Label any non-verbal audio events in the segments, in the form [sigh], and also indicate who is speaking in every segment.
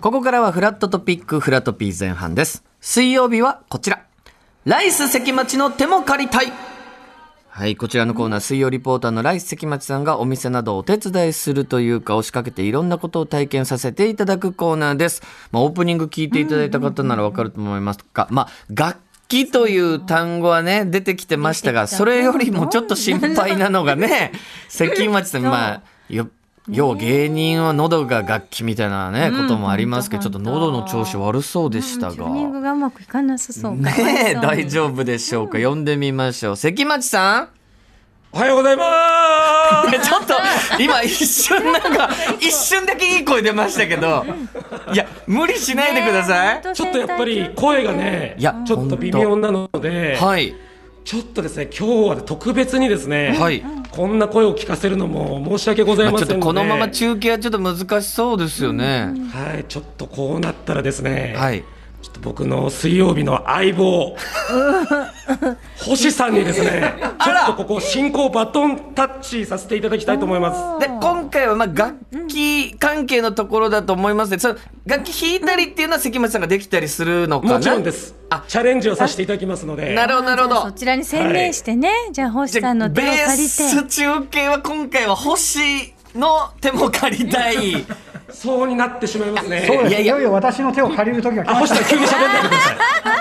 Speaker 1: ここからはフラットトピックフラトピー前半です。水曜日はこちら。ライス関町の手も借りたいはい、こちらのコーナー、水曜リポーターのライス関町さんがお店などをお手伝いするというか、押しかけていろんなことを体験させていただくコーナーです。まあ、オープニング聞いていただいた方ならわかると思いますが、まあ、楽器という単語はね、出てきてましたが、それよりもちょっと心配なのが
Speaker 2: [laughs]
Speaker 1: ね、関町さん、まあ、よ、よう芸人は喉が楽器みたいなね、こともありますけど、ちょっと喉の調子悪そうでした
Speaker 2: チュ
Speaker 1: が。
Speaker 2: ーニングがうまくいかなさそうかわいそう
Speaker 1: ねえ、
Speaker 2: に
Speaker 1: 大丈夫でしょうか。呼んでみましょう。関町さん
Speaker 3: おはようございま
Speaker 1: [laughs] えちょっと今一瞬なんか一瞬だけいい声出ましたけどいや無理しないでください、
Speaker 2: ね
Speaker 3: す。
Speaker 2: え
Speaker 3: ちょっとやっぱり声がね、
Speaker 1: いや
Speaker 3: ちょっと微妙なので、
Speaker 1: はい
Speaker 3: ちょっとですね、今日は特別にですね、
Speaker 1: はい
Speaker 3: こんな声を聞かせるのも申し訳ござい
Speaker 1: まあ
Speaker 3: ま
Speaker 1: ちょ
Speaker 3: せ
Speaker 1: っ
Speaker 3: んの
Speaker 1: と
Speaker 3: で、
Speaker 1: このまま中継はちょっと難しそうですよね、
Speaker 3: はい、ちょっとこうなったらですね、
Speaker 1: はい
Speaker 3: ちょっと僕の水曜日の相
Speaker 1: [laughs]
Speaker 3: 棒、星さんにですね、ちょっとここ進行バトンタッチさせていただきたいと思いま
Speaker 1: で
Speaker 3: す。
Speaker 1: 今回はまあ楽器関係のところだと思いますねその楽器弾いたりっていうのは関町さんができたりするのかな
Speaker 3: もちろんです。チャレンジをさせていただきますので。
Speaker 1: なるほどなるほ
Speaker 2: そ
Speaker 1: ど
Speaker 2: ちらに専念してね、じゃあ星
Speaker 1: じ
Speaker 2: さ
Speaker 1: ゃ
Speaker 2: ん
Speaker 1: あ
Speaker 2: の手
Speaker 1: ベ
Speaker 2: を
Speaker 1: ー
Speaker 2: 借り
Speaker 1: ス
Speaker 2: て
Speaker 1: 中継は今回は星の手も借り [laughs] たい
Speaker 3: そうになってしまいますね。
Speaker 4: そうです
Speaker 1: いやい
Speaker 4: い
Speaker 1: や
Speaker 4: よいよ私の手を借りる時が来
Speaker 3: あ、
Speaker 4: ま
Speaker 3: 星
Speaker 4: し
Speaker 3: さん急に喋んないでください。
Speaker 4: た。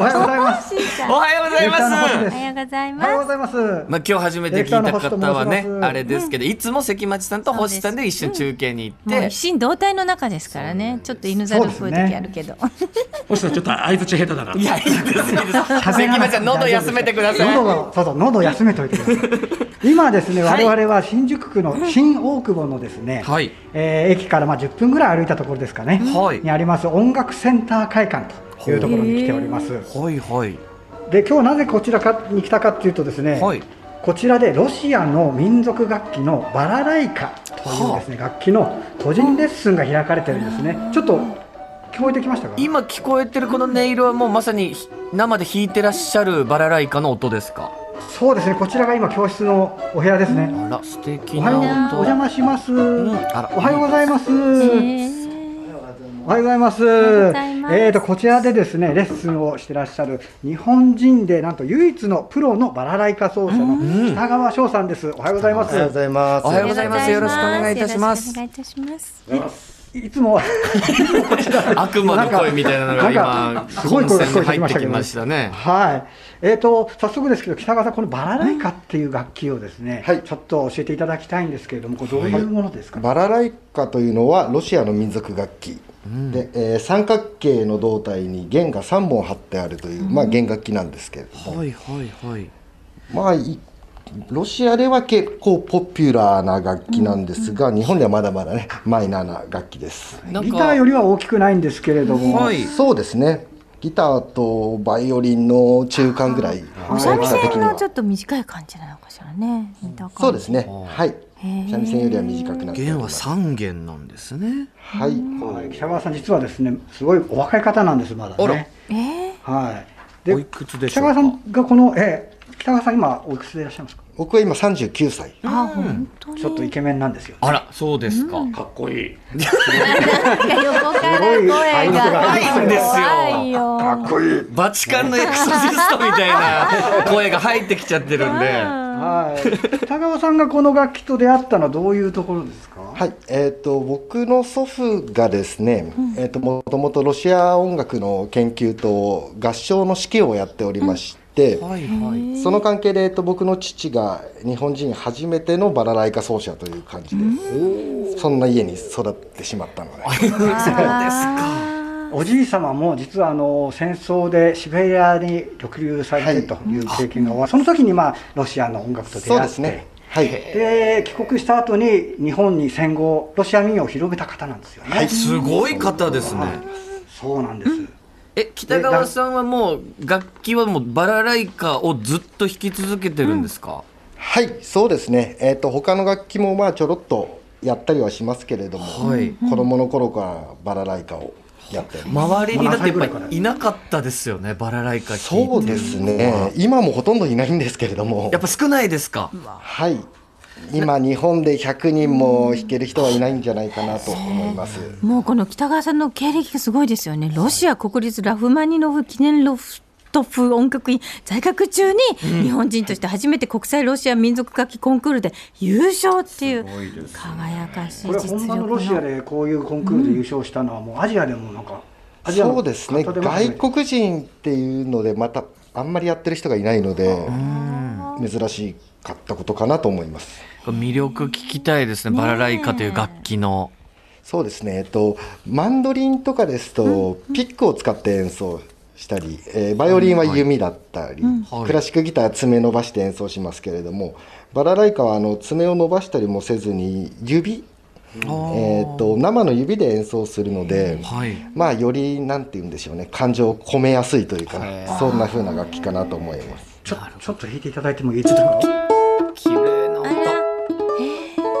Speaker 4: おはようございます。
Speaker 2: 星さん
Speaker 1: おはようございます
Speaker 4: ディレクターの星で
Speaker 2: お
Speaker 4: す
Speaker 2: はようござい
Speaker 4: お
Speaker 2: ま
Speaker 4: はよう
Speaker 2: す
Speaker 4: ございます。
Speaker 1: まあ、今日初めて聞いた方は
Speaker 4: ディレクターの星と申
Speaker 1: ね
Speaker 4: します
Speaker 1: あれですけどいつも関町さんと星さんで一緒に中継に行っ
Speaker 2: もう
Speaker 1: て
Speaker 2: 一心同体の中ですからねちょっと犬猿っぽい時あるけど、
Speaker 3: 星さんちょっと相槌下手だな。
Speaker 1: いやいいですいいです関町さん喉休めてください
Speaker 4: 喉がそうそう喉休めておいてください。今ですね、
Speaker 1: はい
Speaker 4: 我々は新宿区の新大久保のですね、
Speaker 1: はい
Speaker 4: えー駅からまあ10分ぐらい歩いたところですかね、
Speaker 1: はい
Speaker 4: にあります音楽センター会館というところに来ております。
Speaker 1: はいはい
Speaker 4: で今日なぜこちらかに来たかっていうとですね、
Speaker 1: はい
Speaker 4: こちらでロシアの民族楽器のバラライカというですね、楽器の個人レッスンが開かれてるんですね、ちょっと聞こえてきましたか
Speaker 1: 今聞こえてるこの音色はもうまさにひ生で弾いてらっしゃるバラライカの音ですか
Speaker 4: そうですねこちらが今教室のお部屋ですね、
Speaker 1: あら素敵
Speaker 4: おはようお
Speaker 1: な音
Speaker 4: 邪魔します、
Speaker 1: ん
Speaker 4: お
Speaker 1: あら
Speaker 4: はようございます、
Speaker 2: ね
Speaker 4: おはようございます。
Speaker 2: ようございます
Speaker 4: えーとこちらでですねレッスンをしてらっしゃる日本人でなんと唯一のプロのバラライカ奏者の北川翔さんです。おはようございます。
Speaker 5: います
Speaker 1: おはよ
Speaker 2: え
Speaker 1: うございますよろしくお願いいたします
Speaker 2: よろくお願いいたします
Speaker 4: いつもこちらで
Speaker 1: 悪魔の声みたいなのが
Speaker 4: なん
Speaker 1: 今
Speaker 4: かすごい
Speaker 1: 本
Speaker 4: 声が
Speaker 1: 線に
Speaker 4: 聞こえて
Speaker 1: 入っ
Speaker 4: きましてた
Speaker 1: き
Speaker 4: けど
Speaker 1: ましたね
Speaker 4: はい。えっ、と早速ですけど北川さんこのバラライカっていう楽器をですね、
Speaker 5: はい
Speaker 4: ちょっと教えていただきたいんですけれどもこれどういうものですか、
Speaker 5: バラライカというのはロシアの民族楽器、で、えー三角形の胴体に弦が3本張ってあるという、まあ、弦楽器なんですけれども、
Speaker 1: はいはいはい
Speaker 5: まあいロシアでは結構ポピュラーな楽器なんですが、日本ではまだまだねマイナーな楽器です、
Speaker 1: なん
Speaker 4: ギターよ
Speaker 1: か
Speaker 4: りは大きくないんですけれども、
Speaker 1: はい
Speaker 5: そうですねギターとバイオリンの中間ぐらい
Speaker 2: お三味線のちょ
Speaker 5: っ
Speaker 2: っと短い感じなのかしらね似た感じ
Speaker 5: そうですねはい
Speaker 2: ー
Speaker 5: 三味線よりは短くなっており
Speaker 1: 弦は
Speaker 5: ます
Speaker 1: 三弦なんですね
Speaker 5: はい
Speaker 4: はい北川さん実はですねすごいお若い方なんですまだ
Speaker 1: あら
Speaker 4: ね。
Speaker 2: えー
Speaker 4: はい。
Speaker 1: おいくつでしょ
Speaker 4: 北
Speaker 1: うか
Speaker 4: 川さんがこの、えー北川さん今おいくつでいらっしゃいますか。
Speaker 5: 僕は今39歳
Speaker 2: あ本当に
Speaker 4: ちょっとイケメンなんですよ。
Speaker 1: あらそうですか、
Speaker 3: かっこいい。
Speaker 2: なんか横から声が
Speaker 1: いんですよ
Speaker 2: 怖いよ
Speaker 1: バチカンのエクソシストみたいな声が入ってきちゃってるんで。
Speaker 4: はい。北川さんがこの楽器と出会ったのはどういうところですか。
Speaker 5: はい、えっ、と僕の祖父がですね、えっ、ともともとロシア音楽の研究と合唱の指揮をやっておりまして、
Speaker 1: いはい。
Speaker 5: その関係で、えっと僕の父が日本人初めてのバラライカ奏者という感じで、そんな家に育ってしまったので、
Speaker 4: おじい様も実はあの戦争でシベリアに抑留されてという経験がおあり、その時にまあロシアの音楽と出
Speaker 5: そう
Speaker 4: 会
Speaker 5: で
Speaker 4: っ
Speaker 5: すね
Speaker 4: て。。
Speaker 5: はい
Speaker 4: で帰国した後に日本に戦後ロシア民謡を広めた方なんですよね、
Speaker 1: すごい方ですね。
Speaker 4: そうなんです、
Speaker 1: え北川さんはもう楽器はもうバラライカをずっと弾き続けてるんですか、
Speaker 5: はいそうですねえっ、と他の楽器もまあちょろっとやったりはしますけれども、
Speaker 1: はい
Speaker 5: 子供の頃からバラライカをやっております
Speaker 1: 周りにだってやっぱいなかったですよねバラライカ弾いて
Speaker 5: そうですね今もほとんどいないんですけれども
Speaker 1: やっぱ少ないですか
Speaker 5: はい今日本で100人も弾ける人はいないんじゃないかなと思います、
Speaker 2: もうこの北川さんの経歴がすごいですよね。ロシア国立ラフマニノフ記念ロフトフ音楽院在学中に日本人として初めて国際ロシア民族楽器コンクールで優勝っていう輝かしい
Speaker 4: これ
Speaker 2: 実
Speaker 4: 本
Speaker 2: 力
Speaker 4: 場のロシアでこういうコンクールで優勝したのはもうアジアでもなんかアジアの
Speaker 5: そうですね
Speaker 4: 方も初め
Speaker 5: 外
Speaker 4: て
Speaker 5: 国人っていうのでまたあんまりやってる人がいないので珍しかったことかなと思います
Speaker 1: 魅力聞きたいですねバラライカという楽器の
Speaker 5: そうですねえっとマンドリンとかですとピックを使って演奏したり、えーバイオリンは弓だったり、
Speaker 1: はい
Speaker 5: クラシックギターは爪伸ばして演奏しますけれどもバラライカはあの爪を伸ばしたりもせずに指、えー、と生の指で演奏するので、
Speaker 1: はい
Speaker 5: まあよりなんて言うんでしょうね感情を込めやすいというかそんな風な楽器かなと思います。
Speaker 4: ちょちょっと弾いていただいてもいいですか
Speaker 1: 綺麗な音
Speaker 2: あら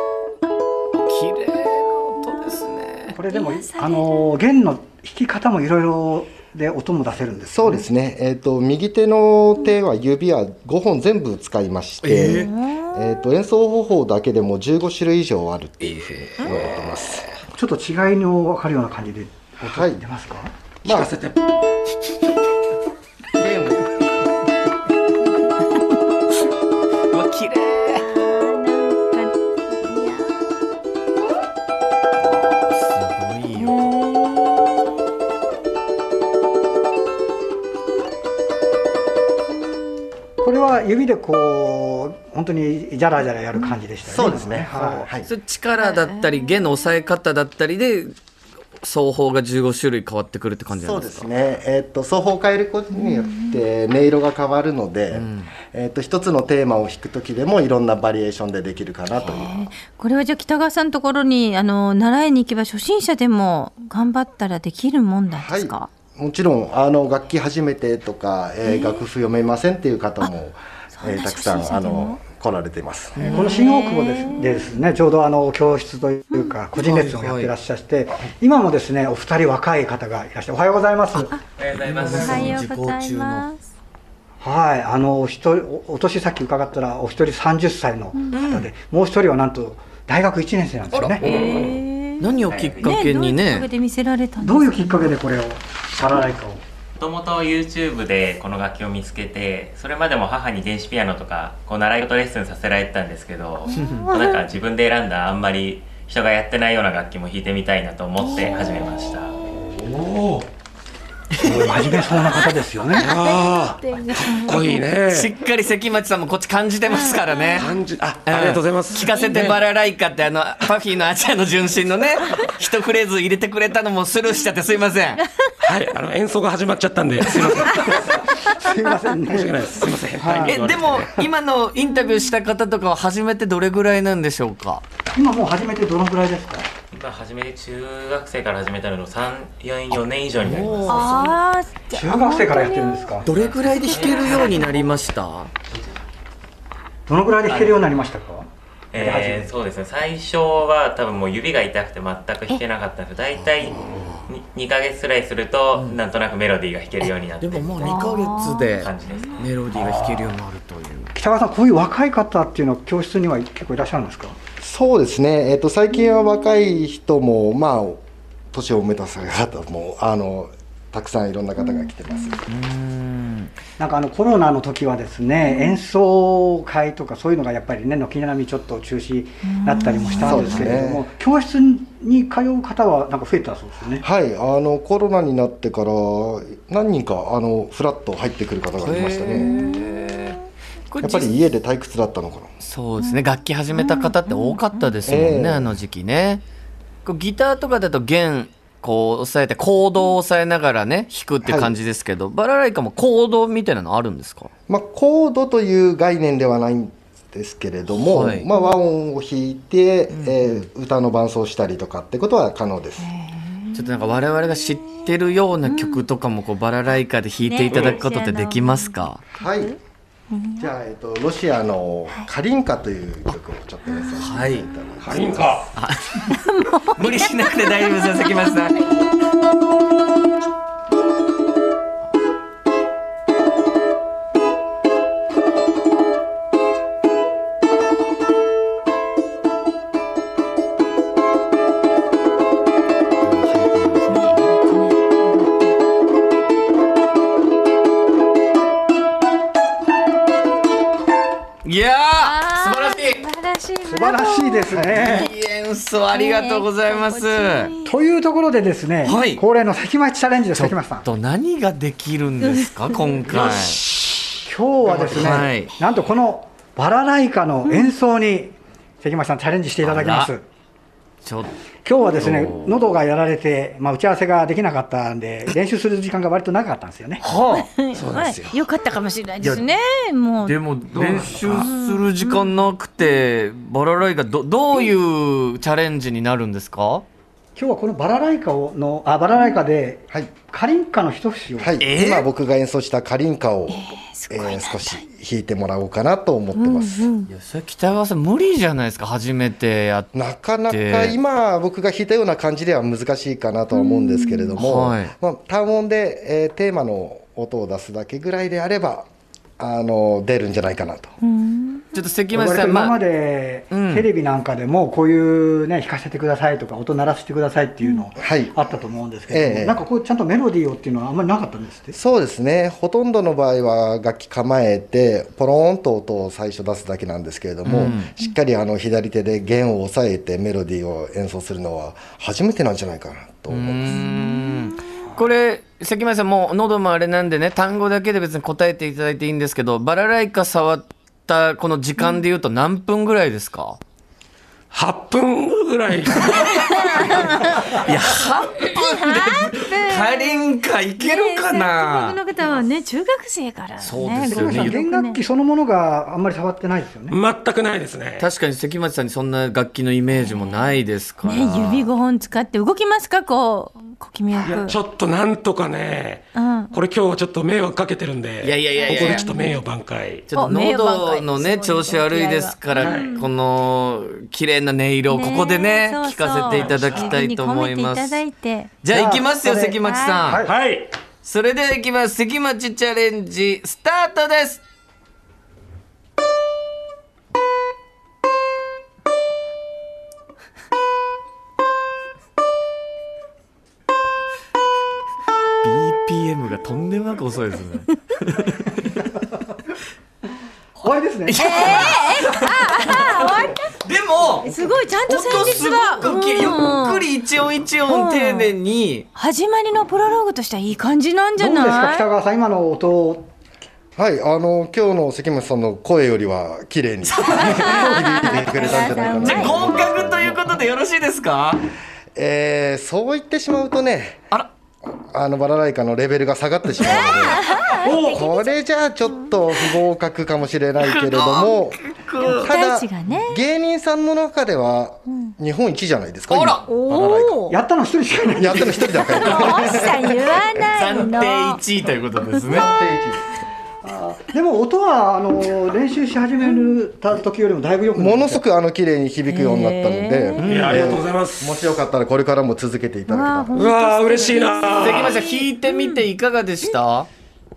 Speaker 1: 綺麗な音ですね
Speaker 4: これでもあの弦の弾き方もいろいろで音も出せるんです
Speaker 5: そうですね、えー、と右手の手は指は5本全部使いまして、えー、と演奏方法だけでも15種類以上あるっていうふうに言われてます、
Speaker 4: ちょっと違いの分かるような感じで
Speaker 5: はい
Speaker 4: 出ますか、
Speaker 5: まあ、聞かせて
Speaker 1: うわ綺麗すごいよ
Speaker 4: これは指でこう本当にじゃらじゃらやる感じでしたよね
Speaker 5: そうですね
Speaker 4: は
Speaker 5: はい
Speaker 1: それ力だったり弦の押さえ方だったりで奏法が15種類変わってくるって感じな
Speaker 5: そ
Speaker 1: ん
Speaker 5: う
Speaker 1: で
Speaker 5: ですす
Speaker 1: か
Speaker 5: ね、えー、と奏法を変えることによって音色が変わるので、えー、と一つのテーマを弾く時でもいろんなバリエーションでできるかなという
Speaker 2: これはじゃあ北川さんのところにあの習いに行けば初心者でも頑張ったらできるもんなんですか、
Speaker 5: はい、もちろんあの楽器始めてとか、えー楽譜読めませんっていう方も、えーたくさんあの来られています、
Speaker 4: いこの新大久保ですでですねちょうどあの教室というか個人レッスンをやってらっしゃって、今もですねお二人若い方がいらっしゃっておはようございます
Speaker 2: おはようございます
Speaker 4: はい、あのお一人おお年さっき伺ったらお一人30歳の方で、もう一人はなんと大学1年生なんですよね。
Speaker 1: 何をきっかけにね
Speaker 2: ねどういうとこで見せられたんです
Speaker 4: ど
Speaker 2: か
Speaker 4: ういうきっかけでこれをパラライカを
Speaker 6: もともと YouTube でこの楽器を見つけてそれまでも母に電子ピアノとかこう習い事レッスンさせられてたんですけどこうなんか自分で選んだあんまり人がやってないような楽器も弾いてみたいなと思って始めました
Speaker 3: おお
Speaker 4: 真面目そうな方で
Speaker 3: [laughs]
Speaker 4: すよね。
Speaker 3: あーかっこいいね
Speaker 1: しっかり関町さんもこっち感じてますからね
Speaker 3: 感じあありがとうございます
Speaker 1: 聞かせてバラライカってあのパフィーのアジアの純真のね一フレーズ入れてくれたのもスルーしちゃってすいません
Speaker 3: はいあの演奏が始まっちゃったんですいません [laughs] 申し
Speaker 4: [laughs] すいません
Speaker 3: 訳
Speaker 4: ね。
Speaker 3: ないですすいませんタイミング
Speaker 1: え
Speaker 3: 悪く
Speaker 1: で
Speaker 3: て
Speaker 1: も今のインタビューした方とかは初めてどれぐらいなんでしょうか
Speaker 4: 今もう始めてどのくらいですか。
Speaker 6: 今初めて中学生から始めたの344年以上になります
Speaker 2: あーじゃ
Speaker 4: 中学生からやってるんですか。
Speaker 1: どれぐらいで弾けるようになりました
Speaker 4: どのくらいで弾けるようになりましたか。
Speaker 6: えーそうですね最初は多分もう指が痛くて全く弾けなかったんですけど大体に2ヶ月ぐらいするとなんとなくメロディーが弾けるようになって
Speaker 1: で
Speaker 6: っ
Speaker 1: ももう2ヶ月で
Speaker 6: 感じです
Speaker 1: メロディーが弾けるようになるという
Speaker 4: 北川さんこういう若い方っていうのは教室には結構いらっしゃるんですか。
Speaker 5: そうですね、えっと最近は若い人も、まあ、年を埋めた方もあのたくさんいろんな方が来てます、
Speaker 4: なんかあのコロナの時はですね、演奏会とかそういうのがやっぱりね軒並みちょっと中止になったりもしたんですけれども、
Speaker 5: うん
Speaker 4: 教室に通う方はなんか増えたそうですね。
Speaker 5: はいあのコロナになってから何人かあのフラッと入ってくる方がいましたね
Speaker 1: これ
Speaker 5: やっぱり家で退屈だったのかな
Speaker 1: そうですね楽器始めた方って多かったですもんね、
Speaker 5: ええ
Speaker 1: あの時期ねこうギターとかだと弦こう押さえてコードを押さえながらね弾くって感じですけど、バラライカもコードみたいなのあるんですか
Speaker 5: まあ、コードという概念ではないんですけれども、
Speaker 1: はい
Speaker 5: まあ、和音を弾いて、えー歌の伴奏したりとかってことは可能です。
Speaker 1: ちょっとなんか我々が知ってるような曲とかもこうバラライカで弾いていただくことってできますか、
Speaker 5: はい、じゃあ、えっと、ロシアの「カリンカ」という曲をちょっと演奏していただいたら、
Speaker 3: カリンカ
Speaker 1: 無理しなくて大丈夫ですよ関町さんいやー素晴らしい
Speaker 2: 素晴らしい
Speaker 4: 素晴らしいですね。
Speaker 1: いい演奏ありがとうございます。
Speaker 4: というところでですね、
Speaker 1: はい
Speaker 4: 恒例の先町チャレンジです、
Speaker 1: ちょ
Speaker 4: 関町さん
Speaker 1: っ。と何ができるんです [laughs] か今回。
Speaker 4: 今日はですね、
Speaker 1: はい
Speaker 4: なんとこのバラライカの演奏に関町さんチャレンジしていただきま
Speaker 1: あら
Speaker 4: す。
Speaker 1: ちょっ
Speaker 4: 今日はですね
Speaker 1: お、ー
Speaker 4: 喉がやられて、まあ、打ち合わせができなかったんで、練習する時間が割と長かったんですよね。
Speaker 1: とは
Speaker 2: そうなんですよ。よかったかもしれないですね。も
Speaker 1: あ。
Speaker 2: う
Speaker 1: でも練習する時間なくてバラライがどどういうチャレンジになるんですか。
Speaker 4: 今日はこのバラライカをのあバラライカで、
Speaker 5: はい
Speaker 4: カリンカの一節を、
Speaker 5: はい
Speaker 1: えー
Speaker 5: 今僕が演奏した「カリンカを」えー少し弾いてもらおうかなと思ってます。
Speaker 1: いやそれ北川さん無理じゃないですか初めてやっ
Speaker 5: なかなか
Speaker 1: で
Speaker 5: 今僕が弾いたような感じでは難しいかなとは思うんですけれど
Speaker 1: うん
Speaker 5: も、
Speaker 1: はい
Speaker 5: まあ、単音で、えーテーマの音を出すだけぐらいであればあの出るんじゃないかなと、
Speaker 1: ちょっと関町
Speaker 4: 割
Speaker 1: さ
Speaker 4: と
Speaker 1: ん
Speaker 4: 今ま
Speaker 1: まあ
Speaker 4: で、
Speaker 1: うん
Speaker 4: テレビなんかでもこういうね弾かせてくださいとか音鳴らしてくださいっていうの
Speaker 5: はい
Speaker 4: あったと思うんですけど、
Speaker 5: ええ
Speaker 4: なんかこうちゃんとメロディーをっていうのはあんまりなかったんですって
Speaker 5: そうですねほとんどの場合は楽器構えてポロンと音を最初出すだけなんですけれども、
Speaker 1: うん
Speaker 5: しっかりあの左手で弦を押さえてメロディーを演奏するのは初めてなんじゃないかなと思います。
Speaker 1: これ関町さんもう喉もあれなんでね単語だけで別に答えていただいていいんですけどバラライカ触ったこの時間で言うと何分ぐらいですか。
Speaker 3: 8分ぐらい
Speaker 1: いや、8分で、カリンカいけるか
Speaker 2: ね
Speaker 1: な
Speaker 2: 専門の方はね、中学生からね。
Speaker 1: そうですよね
Speaker 4: 関町さん弦楽器そのものがあんまり触ってないですよね
Speaker 3: 全くないですね
Speaker 1: 確かに関町さんにそんな楽器のイメージもないですから。
Speaker 2: ね、指5本使って動きますか、こう、小気味よ
Speaker 3: いや
Speaker 2: く。
Speaker 3: ちょっとなんとかね
Speaker 2: うん。
Speaker 3: これ今日はちょっと迷惑かけてるんで
Speaker 1: いやいやいやいや
Speaker 3: ここでちょっと名誉挽回
Speaker 1: ちょっと喉のね、
Speaker 2: お名誉挽回すご
Speaker 1: 調
Speaker 2: い
Speaker 1: 子悪いですから、この綺麗な音色をここでね、
Speaker 2: そう
Speaker 1: 聞
Speaker 2: そう
Speaker 1: かせていただきたいと思いま
Speaker 2: 指に込めていた
Speaker 1: す
Speaker 2: だ。いて。
Speaker 1: じゃあ行きますよ、
Speaker 4: じゃあ
Speaker 1: 関町さん。
Speaker 4: はい
Speaker 3: はい
Speaker 1: それでは行きます。関町チャレンジ、スタートですがとんでもなく遅いですね。
Speaker 4: 終わりですね
Speaker 1: でも
Speaker 2: すごい、ちゃんと
Speaker 1: 音
Speaker 2: 先
Speaker 1: す
Speaker 2: 日
Speaker 1: ご
Speaker 2: は。
Speaker 1: くきゆっく
Speaker 2: うん
Speaker 1: り一音一音丁寧に、
Speaker 2: 始まりのプロローグとしてはいい感じなんじゃ
Speaker 4: どうですか
Speaker 2: ない
Speaker 4: 北川さん今の音を
Speaker 5: はい、あの今日の関町さんの声よりは綺麗に響いてくれたんじゃないかな
Speaker 1: じゃあ
Speaker 3: [laughs]
Speaker 5: と思い
Speaker 1: 合
Speaker 5: ます。
Speaker 1: 格ということでよろしいですか？
Speaker 5: えー、そう言ってしまうとね、
Speaker 1: あら、
Speaker 5: あのバラライカのレベルが下がってしまうので、 [laughs] これじゃあちょっと不合格かもしれないけれど
Speaker 3: [laughs]
Speaker 5: も、ただ
Speaker 2: 期待値がね
Speaker 5: 芸人さんの中では日本一じゃないですか。
Speaker 1: あ
Speaker 5: 今
Speaker 1: ら
Speaker 5: バラライ
Speaker 4: やったの一人しかいない
Speaker 5: カ。やってる一人だから。
Speaker 2: 星さん言わない
Speaker 1: 暫
Speaker 2: の。
Speaker 1: 定一位ということですね。
Speaker 4: でも音はあの練習し始めた時よりもだい
Speaker 3: [laughs]
Speaker 4: ぶよくなって
Speaker 5: ものすごくあの綺麗に響くようになったので、
Speaker 3: いやありがとうございます
Speaker 5: えーもしよかったらこれからも続けていただけたら。
Speaker 3: うわー嬉しいな
Speaker 1: 関町さん弾いてみていかがでした？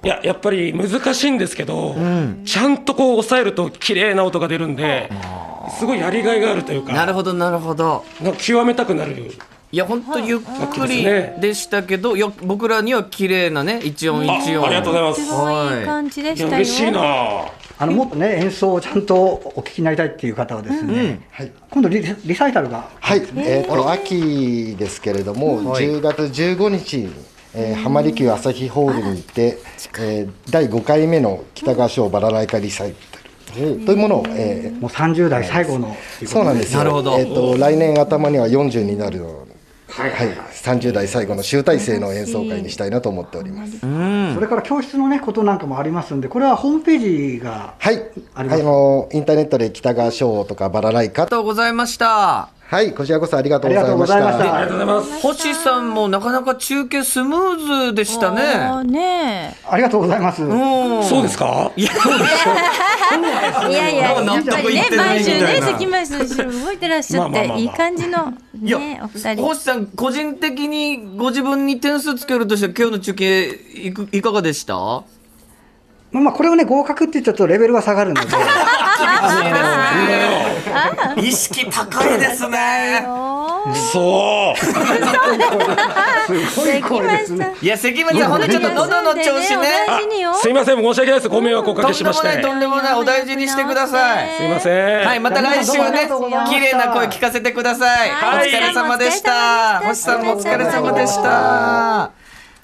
Speaker 3: いややっぱり難しいんですけど、ちゃんとこう抑えると綺麗な音が出るんですごいやりがいがあるというか
Speaker 1: なるほどなるほど。
Speaker 3: なんか極めたくなる
Speaker 1: いや本当ゆっくり
Speaker 3: はい
Speaker 1: でしたけど、よ僕らには綺麗なね一音
Speaker 3: あ
Speaker 1: 一音。
Speaker 3: ありがとうございますす
Speaker 2: ごいいい感じで
Speaker 3: い
Speaker 2: し
Speaker 3: や
Speaker 2: たよ。
Speaker 3: 嬉しいな
Speaker 4: あのもっとね演奏をちゃんとお聞きになりたいっていう方はですね、はい今度リリサイタルが
Speaker 5: はい、えー、と秋ですけれども、10月15日に、えー浜離宮朝日ホールに行って、えー第5回目の北川賞バラライカリサイタルというものを、えー
Speaker 4: もう30代最後のっていうこ
Speaker 5: そ
Speaker 4: と
Speaker 5: うなんですよ
Speaker 1: なるほど
Speaker 5: えー、と来年頭には40になるのはい30代最後の集大成の演奏会にしたいなと思っております。
Speaker 4: それから教室のねことなんかもありますんでこれはホームページが
Speaker 5: はい、
Speaker 4: あ
Speaker 5: あ
Speaker 4: ります
Speaker 5: のインターネットで北川翔とかバラライカ
Speaker 1: ありがとうございました。
Speaker 5: はい、こちらこそありがとうございまし
Speaker 4: ありがとうございました
Speaker 5: た。
Speaker 3: ありがとうございます。
Speaker 1: 星さんもなかなか中継スムーズでした
Speaker 2: あー
Speaker 1: ね。
Speaker 2: ね
Speaker 4: ありがとうございます、
Speaker 1: うん
Speaker 3: そうですかいや、
Speaker 2: えいやいや
Speaker 1: なんか
Speaker 2: やっぱり
Speaker 1: 納得
Speaker 2: ね
Speaker 1: いってない
Speaker 2: 毎
Speaker 1: みた
Speaker 2: 週
Speaker 1: いな
Speaker 2: ね関町選手動いてらっしゃっ
Speaker 3: まあまあまあまあ
Speaker 2: ていい感じの
Speaker 1: いや
Speaker 2: ねお二人
Speaker 1: 星さん、個人的にご自分に点数つけるとして今日の中継いくいかがでした
Speaker 4: まあまあこれをね合格って言っちゃうとレベルが下がるので
Speaker 1: 意識高いです
Speaker 2: [laughs]
Speaker 1: ね。
Speaker 3: そう。
Speaker 4: すごい声ですね
Speaker 1: いや、関町さん、ほんとちょっと喉の調子ね。
Speaker 2: お大事によ
Speaker 3: すいません、申し訳ないです。ご迷惑をおかけしまし
Speaker 1: とんで
Speaker 3: て。
Speaker 1: もない、とんでもない、お大事にしてください。
Speaker 3: すいません。
Speaker 1: はい、また来週ね、
Speaker 4: どうもどうも
Speaker 1: 綺麗な声聞かせてください。
Speaker 2: はい
Speaker 1: お疲れ様でした。
Speaker 2: はい
Speaker 1: 星さんもお疲れ様でした。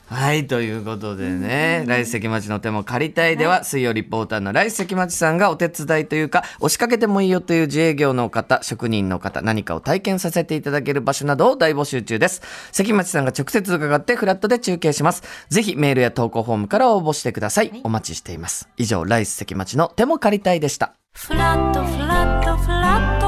Speaker 1: はい、ということでね、来世関町の手も借りたいでは、水曜リポーターの来世関町さんがお手伝いというか、押しかけてもいいよという自営業の方、職人の方、何かを体験させていただける場所などを大募集中です。関町さんが直接伺ってフラットで中継します。ぜひメールや投稿フォームから応募してください。お待ちしています。以上、来世関町の手も借りたいでした。
Speaker 7: フラットフラットフラットフラット